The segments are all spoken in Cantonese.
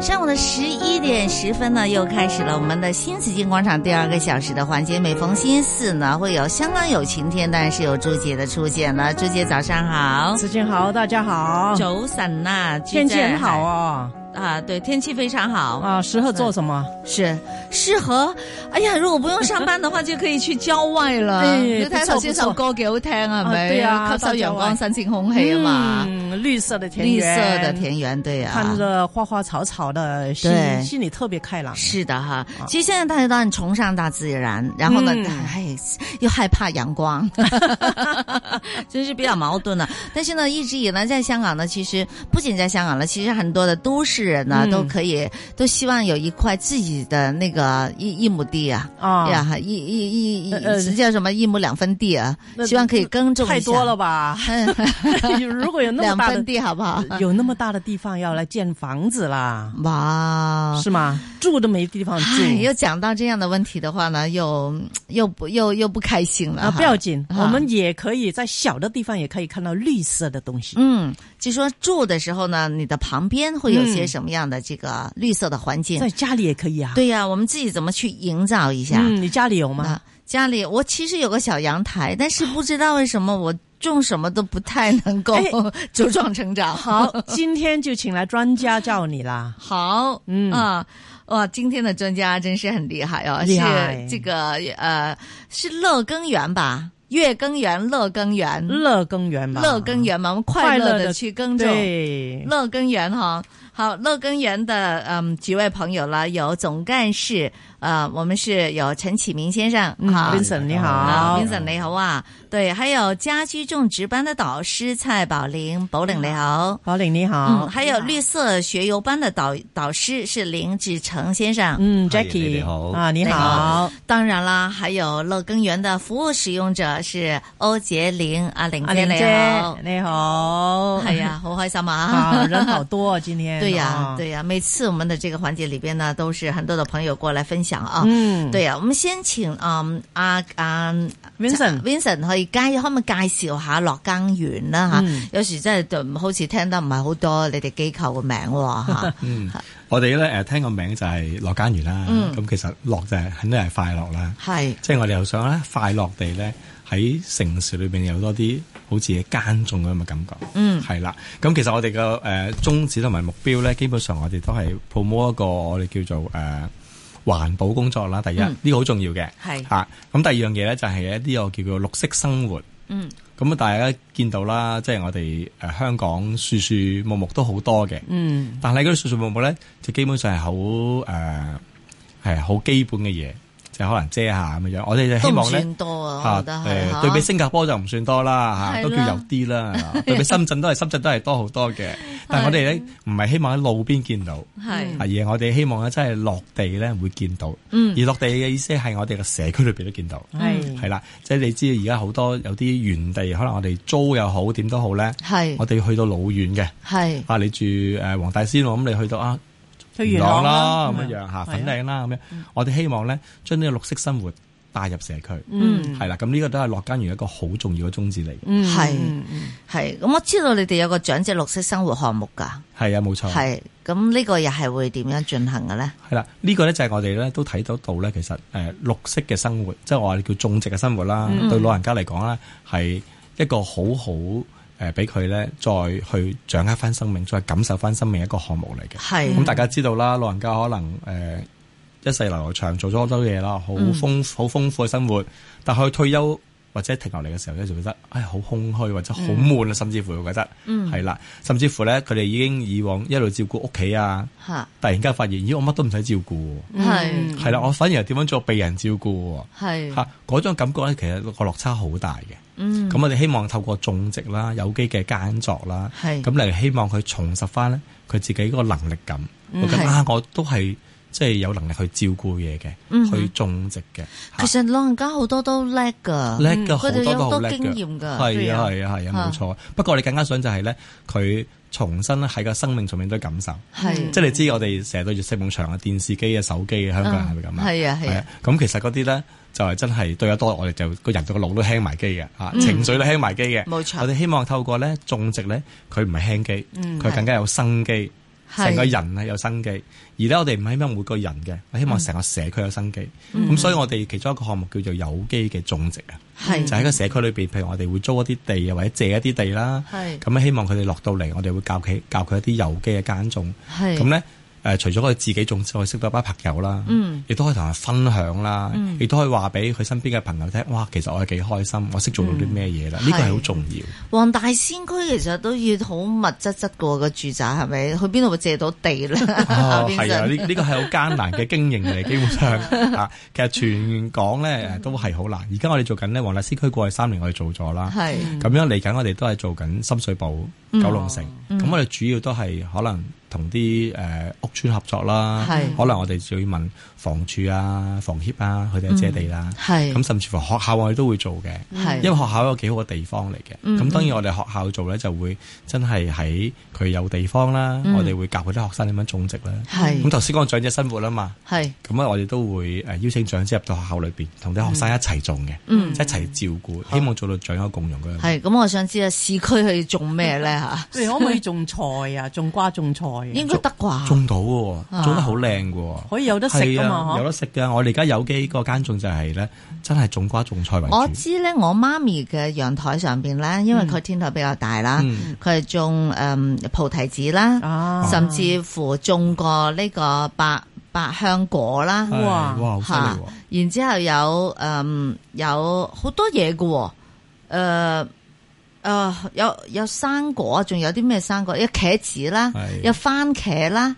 上午的十一点十分呢，又开始了我们的新紫金广场第二个小时的环节。每逢星期四呢，会有香港有晴天，当然是有朱姐的出现了。朱姐早上好，子健好，大家好，早晨呐、朱姐哦天气很好哦，啊，对，天气非常好，啊，适合做什么？是适合。哎呀，如果不用上班的话，就可以去郊外啦。 哎你睇不頭錯先首歌幾好聽啊，係咪？啊對啊吸收到郊陽外光、新鮮空氣啊嘛，嗯，绿色的田綠园，色的，田园，对啊，看着花花草草的，心对心里特别开朗。是的哈，其实现在大家都很崇尚大自然，然后呢，啊嗯哎，又害怕阳光， 真是比较矛 盾了。但是呢，一直以来在香港呢，其实不仅在香港了，其实很多的都市人呢，嗯都可以都希望有一块自己的那个一一亩地啊。啊，呀，一一一呃呃一，叫什么一亩两分地啊？那希望可以耕种一下太多 了，吧？如果有那么两大分的地好不好？有那么大的地方要来建房子啦，哇，是吗？住都没地方住唉，又讲到这样的问题的话呢，又又不又又不开心了啊，哈不要紧，啊我们也可以在小的地方也可以看到绿色的东西。嗯，就说住的时候呢，你的旁边会有些什么样的这个绿色的环境？在家里也可以啊。对呀、我们自己怎么去营造一下？嗯，你家里有吗？啊，家里我其实有个小阳台，但是不知道为什么我种什么都不太能够 茁壮成长。哎好，今天就请来专家教你啦。 好，嗯啊，哇，今天的专家真是很厉害哦，厉害是这个呃，是乐耕园吧？月耕园、乐耕园、乐耕园吧，乐耕园嘛，我们快乐嗯快乐的地去耕种。对，乐耕园哈，好，乐耕园的嗯几位朋友了，有总干事，呃，我们是有陈启明先生，好。嗯 Vincent 你啊好，Vincent 你好啊，对，还有家居种植班的导师蔡宝玲，宝玲你好，宝玲你嗯，好，还有绿色学游班的导导师是林志成先生，嗯嗨你，Jackie 哋好啊，你你好好，当然啦，还有乐耕园的服务使用者是欧杰玲，阿玲阿姐玲你好姐，你好，系 啊，好开心啊，人好多啊，今天对呀、哦啊对呀、每次我们的这个环节里边呢，都是很多的朋友过来分享啊。嗯，对呀、我们先请嗯啊啊，Vincent， Vincent 去介可唔可以介紹下樂耕園啦吓？嗯有時真係就好似聽得唔係好多你哋機構嘅名喎吓。 嗯，我哋咧誒聽個名就係樂耕園啦。嗯咁、其實樂就係肯定係快樂啦。係即係我哋又想咧快樂地咧喺城市裏邊有多啲好似耕種咁嘅感覺。嗯係啦。咁其實我哋嘅誒宗旨同埋目標咧，基本上我哋都係 promote 一個我哋叫做誒、呃、環保工作啦。第一，嗯呢、個好重要嘅。係嚇。咁第二樣嘢咧就係一啲我叫做綠色生活。嗯咁啊大家見到啦，即係我哋誒、呃香港樹樹木木都好多嘅。嗯，但係嗰啲數數目目咧，就基本上係好誒係好基本嘅嘢，就係可能遮下咁樣。我哋就都希唔望咧算多啊，我嚇覺得係誒嚇對比新加坡就唔算多啦係啦嚇，都叫有啲啦。 係嘛對比深圳都係深圳都係多好多嘅，但係我哋咧唔係希望喺路邊見到。係而我哋希望咧，真係落地咧會見到，嗯而落地嘅意思係我哋嘅社區裏邊都見到，係係啦，即係你知而家好多有啲原地，可能我哋租又好點都好咧，係我哋去到老遠嘅，係啊，你住誒黃大仙喎，咁你去到啊去元元朗朗啦咁嗯樣樣係嚇，啊粉嶺啦咁樣，我哋希望咧將呢個綠色生活帶入社區，嗯係啦，咁呢個都係樂耕園一個好重要嘅宗旨嚟嘅，嗯，係嗯嗯係。咁我知道你哋有個長者綠色生活項目㗎，係啊，冇錯，係咁呢個又係會點樣進行嘅咧？係啦，呢個咧就係我哋咧都睇到到咧，其實誒綠色嘅生活，即係我哋叫種植嘅生活啦，對老人家嚟講咧係一個好好誒俾佢咧再去掌握翻生命，再感受翻生命一個項目嚟嘅。係咁、大家知道啦，老人家可能誒、呃一世流流長，做咗好多嘢啦，好豐好豐富嘅生活，但佢退休或者停落嚟嘅時候咧，就覺得唉好空虛或者好悶啊，甚至乎會覺得係啦，甚至乎咧佢哋已經以往一路照顧屋企啊，吓突然間發現咦我乜都唔使照顧喎，嗯係係啦，我反而係點樣做被人照顧喎。係嚇嗰種感覺咧，其實個落差好大嘅。嗯咁我哋希望透過種植啦、有機嘅耕作啦，係咁嚟希望佢重拾翻咧佢自己嗰個能力感。我覺嗯係得啊，我都係即係有能力去照顧嘢嗯嘅，哼去種植嘅。其實老人家好多都叻噶，叻嘅好嗯佢哋多有都好好多叻經驗嘅，㗎對係啊啊係啊係嚇啊，冇錯。不過我哋更加想就係咧，佢重新喺個生命上面都感受。係即係你知我哋成日對住色夢牆啊、電視機啊、手機啊，香港人係咪咁嗯啊？係啊係啊。咁其實嗰啲咧就係真係對得多，我哋就個人個腦都輕埋機嘅嚇，情緒都輕埋機嘅。嗯冇錯我哋希望透過咧種植咧，佢唔係輕機，係佢更加有生機。係成個人係有生機，而咧我哋唔係希望每個人嘅，我嗯希望成個社區有生機。咁、所以我哋其中一個項目叫做有機嘅種植啊，係就喺個社區裏邊，譬如我哋會租一啲地啊，或者借一啲地啦。係咁希望佢哋落到嚟，我哋會教佢教佢一啲有機嘅耕種。係咁咧誒，除咗佢自己種之外，識到一班朋友啦，嗯亦都可以同人分享啦，亦都可以話俾佢身邊嘅朋友聽，哇，其實我係幾開心，我識做到啲咩嘢嗯啦。呢個係好重要。黃大仙區其實都要好密質質過個住宅係咪？去邊度會借到地 咧？哦，邊係啊，呢呢個係好艱難嘅經營嚟， 基本上啊，其實全港咧誒都係好難。而家我哋做緊咧，黃大仙區過去三年我哋做咗啦，係咁樣嚟緊我哋都係做緊深水埗、嗯九龍城，咁我哋主要都係可能同啲誒屋村合作啦係，可能我哋就要問房署啊、房協啊，佢哋借地啦，嗯係咁甚至乎學校我哋都會做嘅。係嗯因為學校一個幾好嘅地方嚟嘅，咁當然我哋學校做咧就會真係喺佢有地方啦，我哋會教佢啲學生點樣種植啦。嗯係咁頭先講長者生活啦嘛，係咁啊我哋都會誒邀請長者入到學校裏邊，同啲學生一齊種嘅，嗯一齊照顧，希望做到長幼共融嗰樣。係咁，我想知啊，市區去種咩咧吓？你可唔可以種菜啊？種瓜種菜啊，應該得啩？嗯種到嘅啊喎，種得好靚嘅喎，可以有得食㗎嘛係啊嗬有得食㗎。我哋而家有機嗰個耕種就係咧，真係種瓜種菜為我主。知咧，我媽咪嘅陽台上邊咧，因為佢天台比較大啦，嗯佢係種誒菩提子啦，哦啊，甚至乎種過呢個百百香果啦，係哇哇，好犀嚇利喎！然之後有誒、嗯有好多嘢嘅喎，誒、誒有有生果，仲有啲咩生果？有茄子啦，係有番茄啦，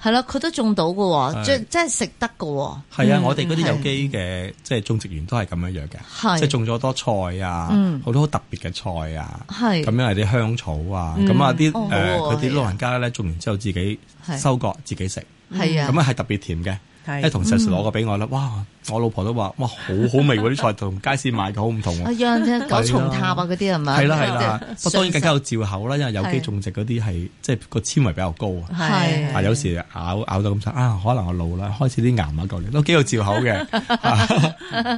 係咯，佢都種到嘅喎，係即即係食得嘅喎，係啊，我哋嗰啲嗯係有機嘅即係種植園都係咁樣樣係嘅，即係種咗好多菜啊嗯，好多好特別嘅菜啊，係咁樣係啲香草啊，咁啊啲哦好誒喎係佢啲啊老人家咧種完之後自己係收割自己食，係嗯啊咁，啊係特別甜嘅。係因為同事有時攞個俾我啦，哇！我老婆都話：哇，好好味喎啲菜，同街市買嘅好 唔同啊喎。 樣啫，九重塔啊嗰啲係咪？係啦係啦，即不係過當然更加有嚼口啦，因為有係機種植嗰啲係即係個纖維比較高啊。係啊，有時咬咬到咁上啊，可能我老啦，開始啲牙啊嚿嚟，都幾有嚼口嘅。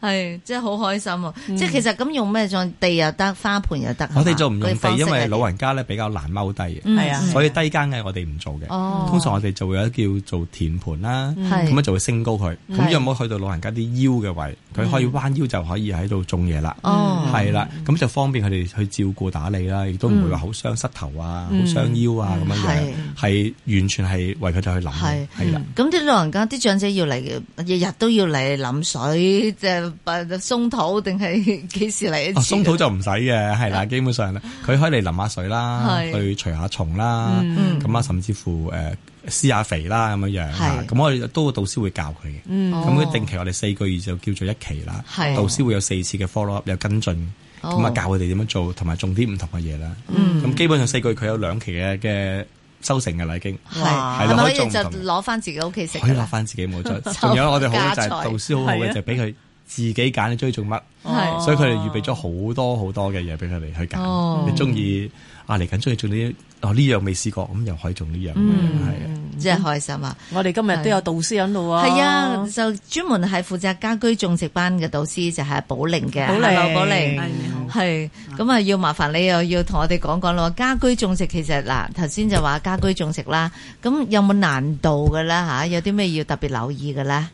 係即係好開心啊！嗯即係其實咁用咩種地又得，花盆又得。我係哋嘛就唔嗰用啲方地，式因為係老人家咧比較難踎低嘅，嗯係啊嗯所以低間嘅我哋唔做嘅。哦嗯通常我哋就會有一叫做田盤啦，係咁樣就會升高佢。係嗯咁有冇去到老人家啲腰嘅位，佢可以彎腰就可以喺度種嘢啦。哦嗯係啦，咁就方便佢哋去照顧打理啦，亦都唔會話好傷膝頭啊、好傷腰啊咁樣樣嗯係，係完全係為佢哋去諗係嗯嘅，係啦。咁啲老人家、啲長者要嚟，日日都要嚟淋水，即係鬆土定係 幾時嚟一次？啊，鬆土就唔使嘅，係啦，基本上咧，佢可以嚟淋下水啦，係嗯去除下蟲啦，咁啊，甚至乎誒施下肥啦咁樣樣嚇係咁我哋都導師會教佢嘅。咁哦佢定期我哋四個月就叫做一期啦，係導師會有四次嘅 follow up 有跟進，哦咁啊教佢哋點樣做，同埋種啲唔同嘅嘢啦。咁基本上四個月佢有兩期嘅嘅收成嘅啦，已經係哇哦係係咪啦可可以以種唔就同攞翻自己屋企食可以㗎攞啦？翻自己冇錯。就仲有我哋好嘅就加係菜導師好好係嘅啊就係俾佢自己揀你中意種乜。係所以哦佢哋預備咗好多好多嘅嘢俾佢哋去揀。哦你中意啊嚟緊中意做呢？哦呢樣未試過，咁又可以做呢樣，係啊。真係開心啊！我哋今日都有導師喺度啊，係啊，就專門係負責家居種植班嘅導師就係寶玲嘅。寶玲 Hello，寶玲係你好係咁啊，要麻煩你又要同我哋講講咯。家居種植其實嗱，頭先就話家居種植啦，咁有冇難度嘅咧吓？有啲咩要特別留意嘅咧？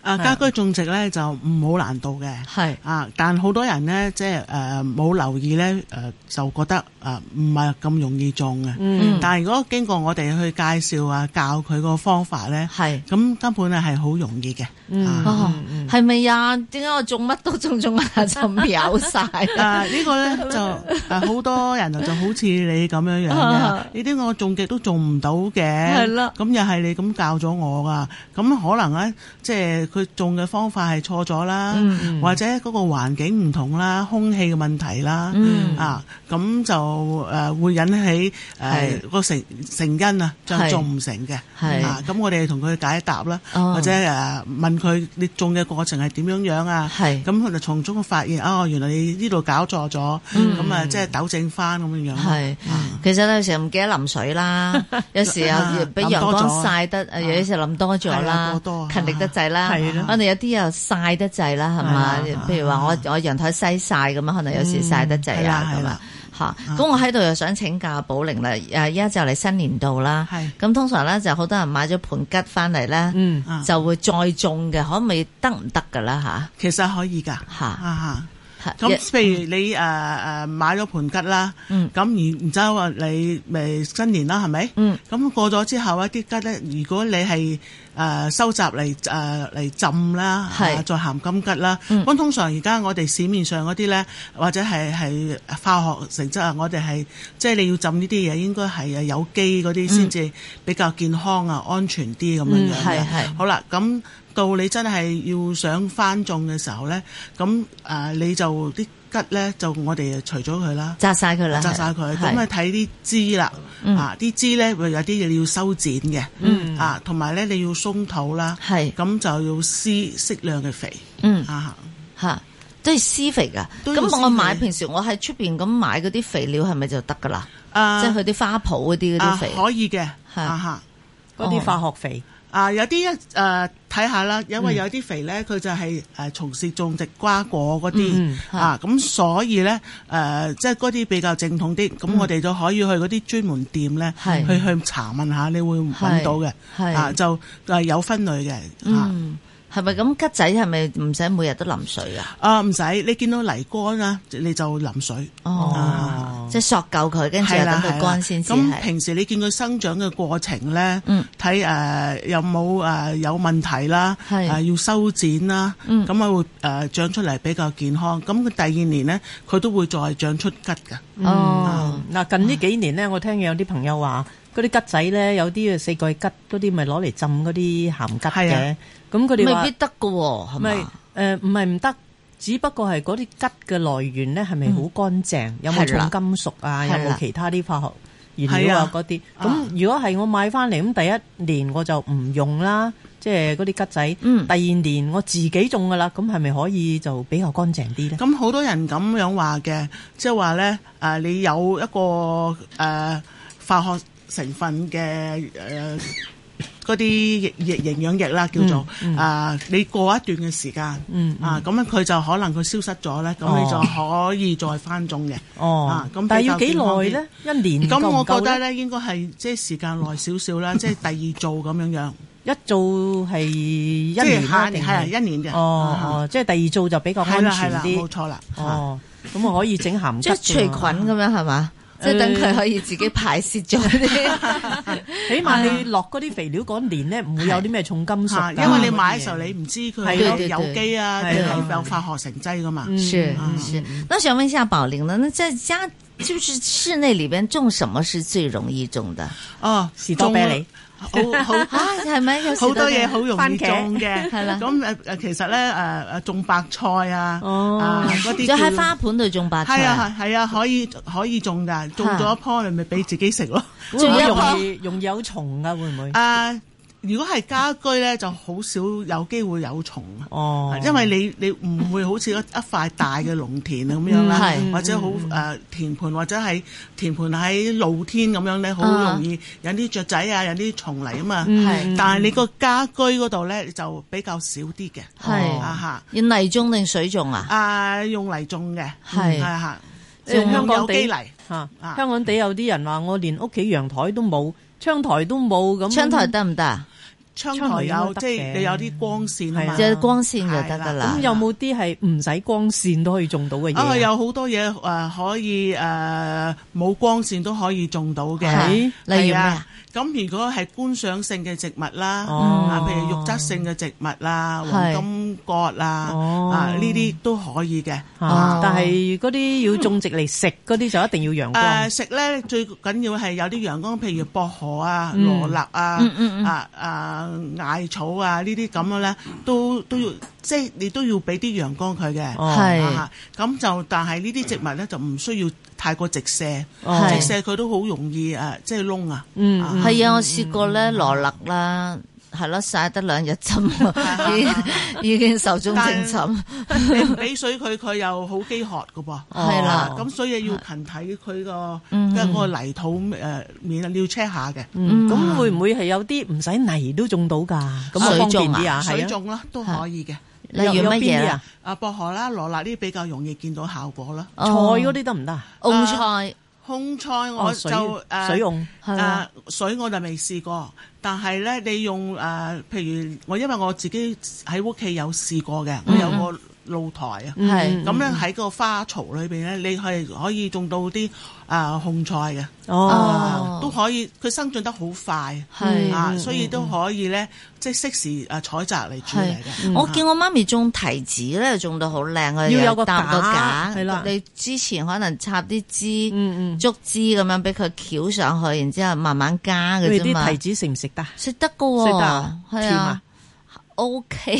啊，家居種植咧就唔好難度嘅，係啊，但好多人咧即係誒冇留意咧誒、呃就覺得誒唔係咁容易種嘅。嗯但係如果經過我哋去介紹啊，教佢個方法咧，係咁根本咧係好容易嘅。啊哦，係咪呀？點解我種乜都種種下就秒晒？ 啊！呢 個咧就啊好多人就好似你咁樣樣嘅，啊呢啲我種極都種唔到嘅，係啦咁又係你咁教咗我噶，咁可能咧即係佢種嘅方法係錯咗啦，或者嗰個環境唔同啦，空氣嘅問題啦，嗯啊咁就誒、呃、會引起誒、呃係個成成因啊，就係種唔成嘅，係啊咁我哋同佢解答啦，哦或者誒、呃、問佢你種嘅過程係點樣樣啊？係咁佢就從中發現哦，原來你呢度搞錯咗，咁啊即係糾正翻咁樣樣。嗯啊係，其實咧有時候唔記得淋水 啦，有時又俾陽光曬得，有啲時候淋多咗啊係啊啦過多啊，勤力得滯啦係咯，可能有啲又曬得滯啦，係嘛？譬如話我我陽台西曬咁啊，可能有時曬得滯啊咁嗯係啦係啊啦。吓，咁我喺度又想請教阿寶玲啦，誒，而家就嚟新年度啦係，咁通常咧就好多人買咗盆桔翻嚟咧，嗯啊就會再種嘅，可唔可以得唔得噶啦其實可以㗎，嚇啊吓？嚇咁譬如你誒誒買咗盆桔啦，嗯咁然然之後啊你咪新年啦，係咪？嗯咁過咗之後一啲桔咧，如果你係誒收集嚟誒嚟浸啦，係啊再鹹金桔啦，嗯咁通常而家我哋市面上嗰啲咧，或者係係化學成質啊，我哋係即係你要浸呢啲嘢，應該係啊有機嗰啲先至比較健康啊、安全啲咁樣樣嗯係嘅。係好啦，咁到你真係要想翻種嘅時候咧，咁誒、呃你就啲桔咧就我哋除咗佢啦。摘晒佢啦，摘晒佢，係嗯咁啊睇啲枝啦，啊啲枝咧會有啲嘢你要修剪嘅，啊同埋咧你要鬆土啦，係咁就要施適量嘅肥，嗯。啊吓，都要施肥噶。都要施咁肥我買平時我喺出邊咁買嗰啲肥料係咪就得噶啦？啊即係佢啲花圃嗰啲嗰啲啊肥。可以嘅，係啊嚇。嗰啲化學肥，啊，有啲一誒睇下啦，嗯因為有啲肥咧，佢就係誒從事種植瓜果嗰啲、嗯啊，咁所以咧誒、呃即係嗰啲比較正統啲，咁、我哋就可以去嗰啲專門店咧，嗯係去去查問下，你會揾到嘅，係係啊就誒有分類嘅，啊嗯，係咪咁桔仔係咪唔使每日都淋水啊？啊唔使，你見到泥乾啊，你就淋水。哦，即係索夠佢，跟住又係等啊啦，佢係啦乾先至咁係。平時你見佢生長嘅過程咧嗯，睇誒有冇誒有問題啦，呃係誒要修剪啦，嗯咁啊會誒長出嚟比較健康。咁佢第二年咧，佢都會再長出桔㗎。嗯哦，嗯嗱近呢幾年咧，我聽有啲朋友話，嗰啲桔仔咧，有啲啊四季桔嗰啲，咪攞嚟浸嗰啲鹹桔係嘅啊，咁佢哋話未必得啊噶喎，係咪咪？誒唔係唔得，只不過係嗰啲桔嘅來源咧係咪好乾淨，有冇係啦重金屬啊，有係啦冇其他啲化學原料啊係嗰啲。咁啊如果係我買翻嚟，咁第一年我就唔用啦，即係嗰啲桔仔。嗯第二年我自己種噶啦，咁係咪可以就比較乾淨啲咧？咁好多人咁樣話嘅，即係話咧誒，你有一個誒、呃化學成分嘅誒。呃嗰啲營營養液啦，叫做啊，你過一段嘅時間嗯嗯啊，咁樣佢就可能佢消失咗咧，咁你就可以再翻種嘅。哦啊，咁但係要比幾較健康耐啲咧？一年咁夠我唔夠覺得呢？咧，應該係即係時間耐少少啦，即係第二做咁樣樣，一做係一即係年下啦年定係啊係一年嘅。哦啊，哦，即係第二做就比較係安啦係全啦，冇啲。錯啦。哦，咁我可以整鹹即桔係除菌㗎嘛咁樣係嘛？即呃係等佢可以自己排泄咗啲。 起碼你落嗰啲肥料嗰年咧，唔會有啲咩重金屬嚇㗎。因為你買嘅時候你唔知佢係咯係有機啊，對定對對係有化學成劑噶嘛。是是，嗯那想問一下寶玲呢？那在家就是室內裏邊種什麼是最容易種的？哦，士多啤梨種好好。 啊，係咪有時好都多係嘢好容易種嘅，係啦咁誒誒，其實咧誒誒種白菜啊，哦啊嗰啲就喺叫花盆度種白係菜啊啊，係係啊，可以可以種㗎，種咗一樖你咪俾自己食咯。會唔仲會有一個容易容易有蟲啊？會唔會？啊，如果係家居咧，就好少有機會有蟲啊。哦，因為你你唔會好似一一塊大嘅農田咁樣嗯啦，係或者好誒田盤或者係田盤喺露天咁樣咧，好啊容易有啲雀仔啊，有啲蟲嚟啊嘛。嗯 Ừ. 係但係你個家居嗰度咧就比較少啲嘅，係啊要泥種定水種啊嚇，？啊用嚟種嘅，嗯啊係係嚇，誒香用港有地機嚟。嚇啊香港地有啲人話我連屋企陽台都冇，窗台都冇咁。窗台得唔得啊？窗窗台台有有即得係嘅你有啲光線啊嘛，係就啊光線就得㗎啦。咁有冇啲係唔使光線都可以種到嘅嘢？啊，有好多嘢誒、呃可以誒呃冇、光線都可以種到嘅係，例如咩係啊啊。咁如果係觀賞性嘅植物啦，哦啊，譬如肉質性嘅植物啦、係黃金葛啦，哦啊呢啲都可以嘅。啊但係嗰啲要種植嚟食嗰啲就一定要陽誒、光。食咧最緊要係有啲陽光，譬如薄荷啊、嗯羅勒啊、嗯嗯嗯啊啊艾草啊呢啲咁樣咧，都都要即係你都要俾啲陽光佢嘅。哦係啊咁就但係呢啲植物咧就唔需要太過直射，哦直射佢都好容易誒、即係 窿啊。嗯啊嗯係啊，我試過咧羅勒啦，係咯，曬得兩日針啊，已經已經壽終正寢。你唔俾水佢，佢又好飢渴㗎哦噃。係啦啊咁所以要勤睇佢個嗯嘅個泥土誒面啊，你要 check 下嘅。嗯咁會唔會係有啲唔使泥都種到㗎？咁啊水方便種啊啲啊，水係啊。種啦都可以嘅。例如乜嘢啊？啊，薄荷啦、羅勒呢啲比較容易見到效果啦。菜嗰啲得唔得啊？蕹哦菜空菜我哦，就水誒、呃水用係啊啦，水我就未試過，但係咧你用誒、呃譬如我因為我自己喺屋企有試過嘅，我有個露台啊。嗯係咁咧喺個花槽裏邊咧，你係可以種到啲啊紅菜嘅，哦，啊都可以佢生長得好快係啊，所以都可以咧，即係適時啊採摘嚟煮係嚟嘅。我啊見我媽咪種提子咧，種到好靚啊，要有個搭個架架，係啦你之前可能插啲枝、嗯嗯，竹枝咁樣俾佢翹上去，然之後慢慢加嘅佢啫嘛啲。提子食唔食得啊？食得噶食喎，得啊係甜啊啊，O K，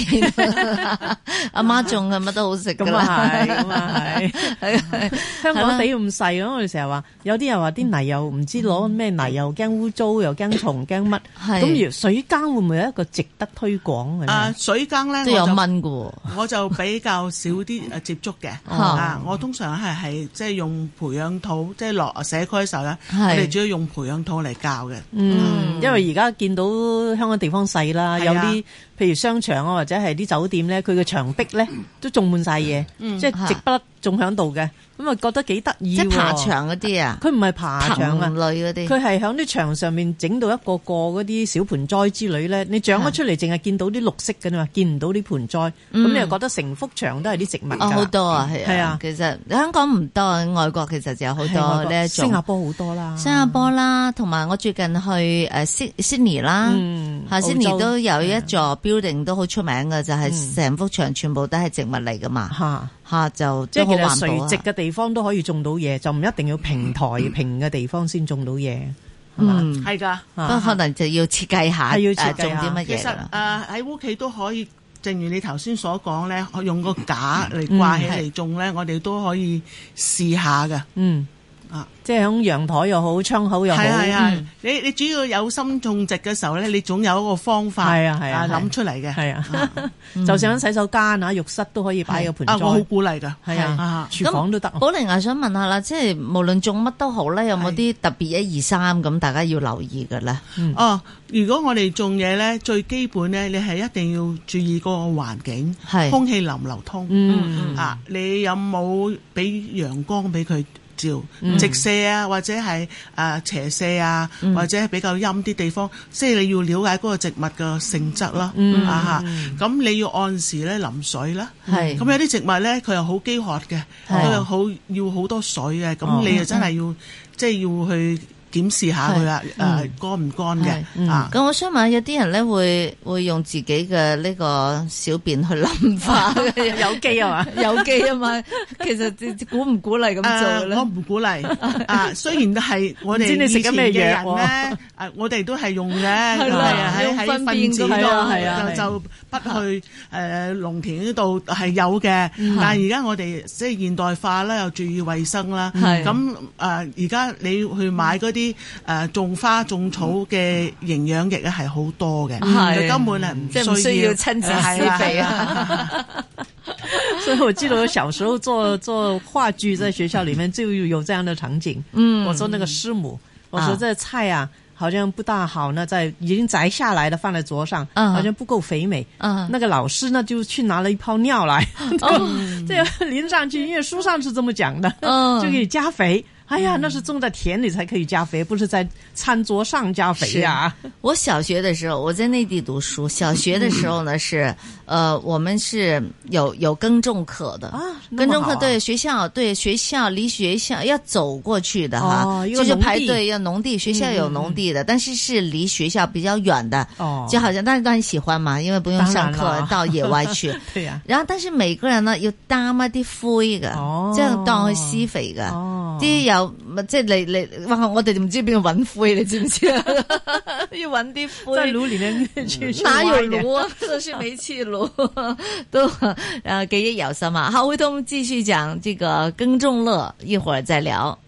阿媽種嘅乜都好食噶咁啊啦，係，咁啊 係。香港地咁細咯，我哋成日話有啲人話啲泥又唔知攞咩泥，又驚污糟，又驚蟲，驚乜？係咁如水耕會唔會有一個值得推廣嘅啊咧？水耕咧都有我就蚊噶喎， 我就比較少啲呃誒接觸嘅，哦啊，我通常係係即係用培養土，即係落社區嘅時候咧，係我哋主要用培養土嚟教嘅，嗯，因為而家見到香港地方細啦，係有啊啲譬如商場啊，或者係啲酒店咧，佢嘅牆壁咧嗯都種滿晒嘢，即係直不甩種喺度嘅，咁啊覺得幾得意即係喎。爬，牆嗰啲啊，佢唔係爬牆啊藤。類嗰啲，佢係喺啲牆上面整到一個個嗰啲小盆栽之類咧，你長咗出嚟淨係見到啲綠色嘅啫嘛，見唔到啲盆栽，咁、嗯你又覺得成幅牆都係啲植物㗎哦啦好多啊，係係啊啊，其實香港唔多，外國其實就有好係多外國呢一新加種。坡好多啦，新加坡啦，同埋我最近去誒悉悉尼啦，嗯嚇悉尼澳洲啊都有一座 building 都好出名嘅，就嗯係成幅牆全部都係植物嚟噶嘛，嚇，嚇就即都係好其環實保啊嗯垂直嘅地方都可以種到嘢，就唔一定要平台平嘅地方先種到嘢，係嘛？啊係㗎。不過可嚇能就要設計下，係要設誒計種啲下乜其嘢實㗎誒啦喺屋企都可以，正如你頭先所講咧，用個架嚟掛起嚟種咧，我哋都可以試下嘅。嗯啊即係喺陽台又好，窗口又好，嗯係啊係係係，你你主要有心種植嘅時候咧，你總有一個方法係啊係啊係啊諗出嚟嘅。 啊，就算喺洗手間啊、浴室都可以擺個盆啊，栽，我好鼓勵㗎。係啊啊，廚房都得啊。 寶玲啊，想問下啦，即係無論種乜都好啦，有冇啲特別一二三咁，大家要留意嘅咧？嗯哦，如果我哋種嘢咧，最基本咧，你係一定要注意嗰個環境，係空氣流唔流通、嗯啊，你有冇俾陽光俾佢照、嗯直射啊，或者係啊斜射啊，或者係比較陰啲地方，即係你要了解嗰個植物嘅性質啦，嗯啊嚇，咁你要按時咧淋水啦。係咁有啲植物咧，佢又好飢渴嘅，係嗯佢又好要好多水嘅，哦咁你又真係要即係要去檢視下佢啦，誒乾唔乾嘅啊？咁我想問，有啲人咧會會用自己嘅呢個小便去淋花嘅，有機啊嘛？ 有機啊嘛。其實你鼓唔鼓勵咁做啊誒，我咧？唔鼓勵啊！雖然 係我唔知哋你食以緊前咩嘅人藥喎咧，誒，我哋都係用嘅，係啦啊喺用喺糞分便子度㗎嘛係啊係啊就就不去誒農田呢度係有嘅，嗯但係而家我哋即係現代化啦，又注意衞生啦，係咁誒而家你去買嗰啲誒種花種草嘅營養液咧係好多嘅，嗯係佢根本係即係唔唔需要親自係施啦肥係啦 啊！ 所以我记得我小时候做做话剧，在学校里面就有这样的场景。嗯我做那个师母，我啊说这菜啊好像不大好呢，在已经摘下来了放在桌上，嗯好像不够肥美。嗯哦那个老师呢就去拿了一泡 尿来，这个淋上去，因为书上是这么讲的，嗯就可以加肥。哎呀，那是种在田里才可以加肥，不是在餐桌上加肥呀、我小学的时候，我在内地读书。小学的时候嗯呢，是呃，我们是有有耕种课的啊那么耕种好课啊对学校对学校离学校要走过去的哈，哦一个就就农地嗯排队要农地，学校有农地的，但是是离学校比较远的，哦就好像但是都很喜欢嘛，因为不用当上然课啦到野外去。 对呀、然後但是每個人呢要擔一啲灰嘅，哦即係當佢施肥嘅。哦啲有即係你你，哇！我哋唔知邊度揾灰，你知唔知啊？要揾啲在灰。炉里面去去 哪挖有一点炉啊？都是煤气炉， 都啊呃记憶猶深啊！好，回頭我們繼續講這個耕種樂，一會兒再聊。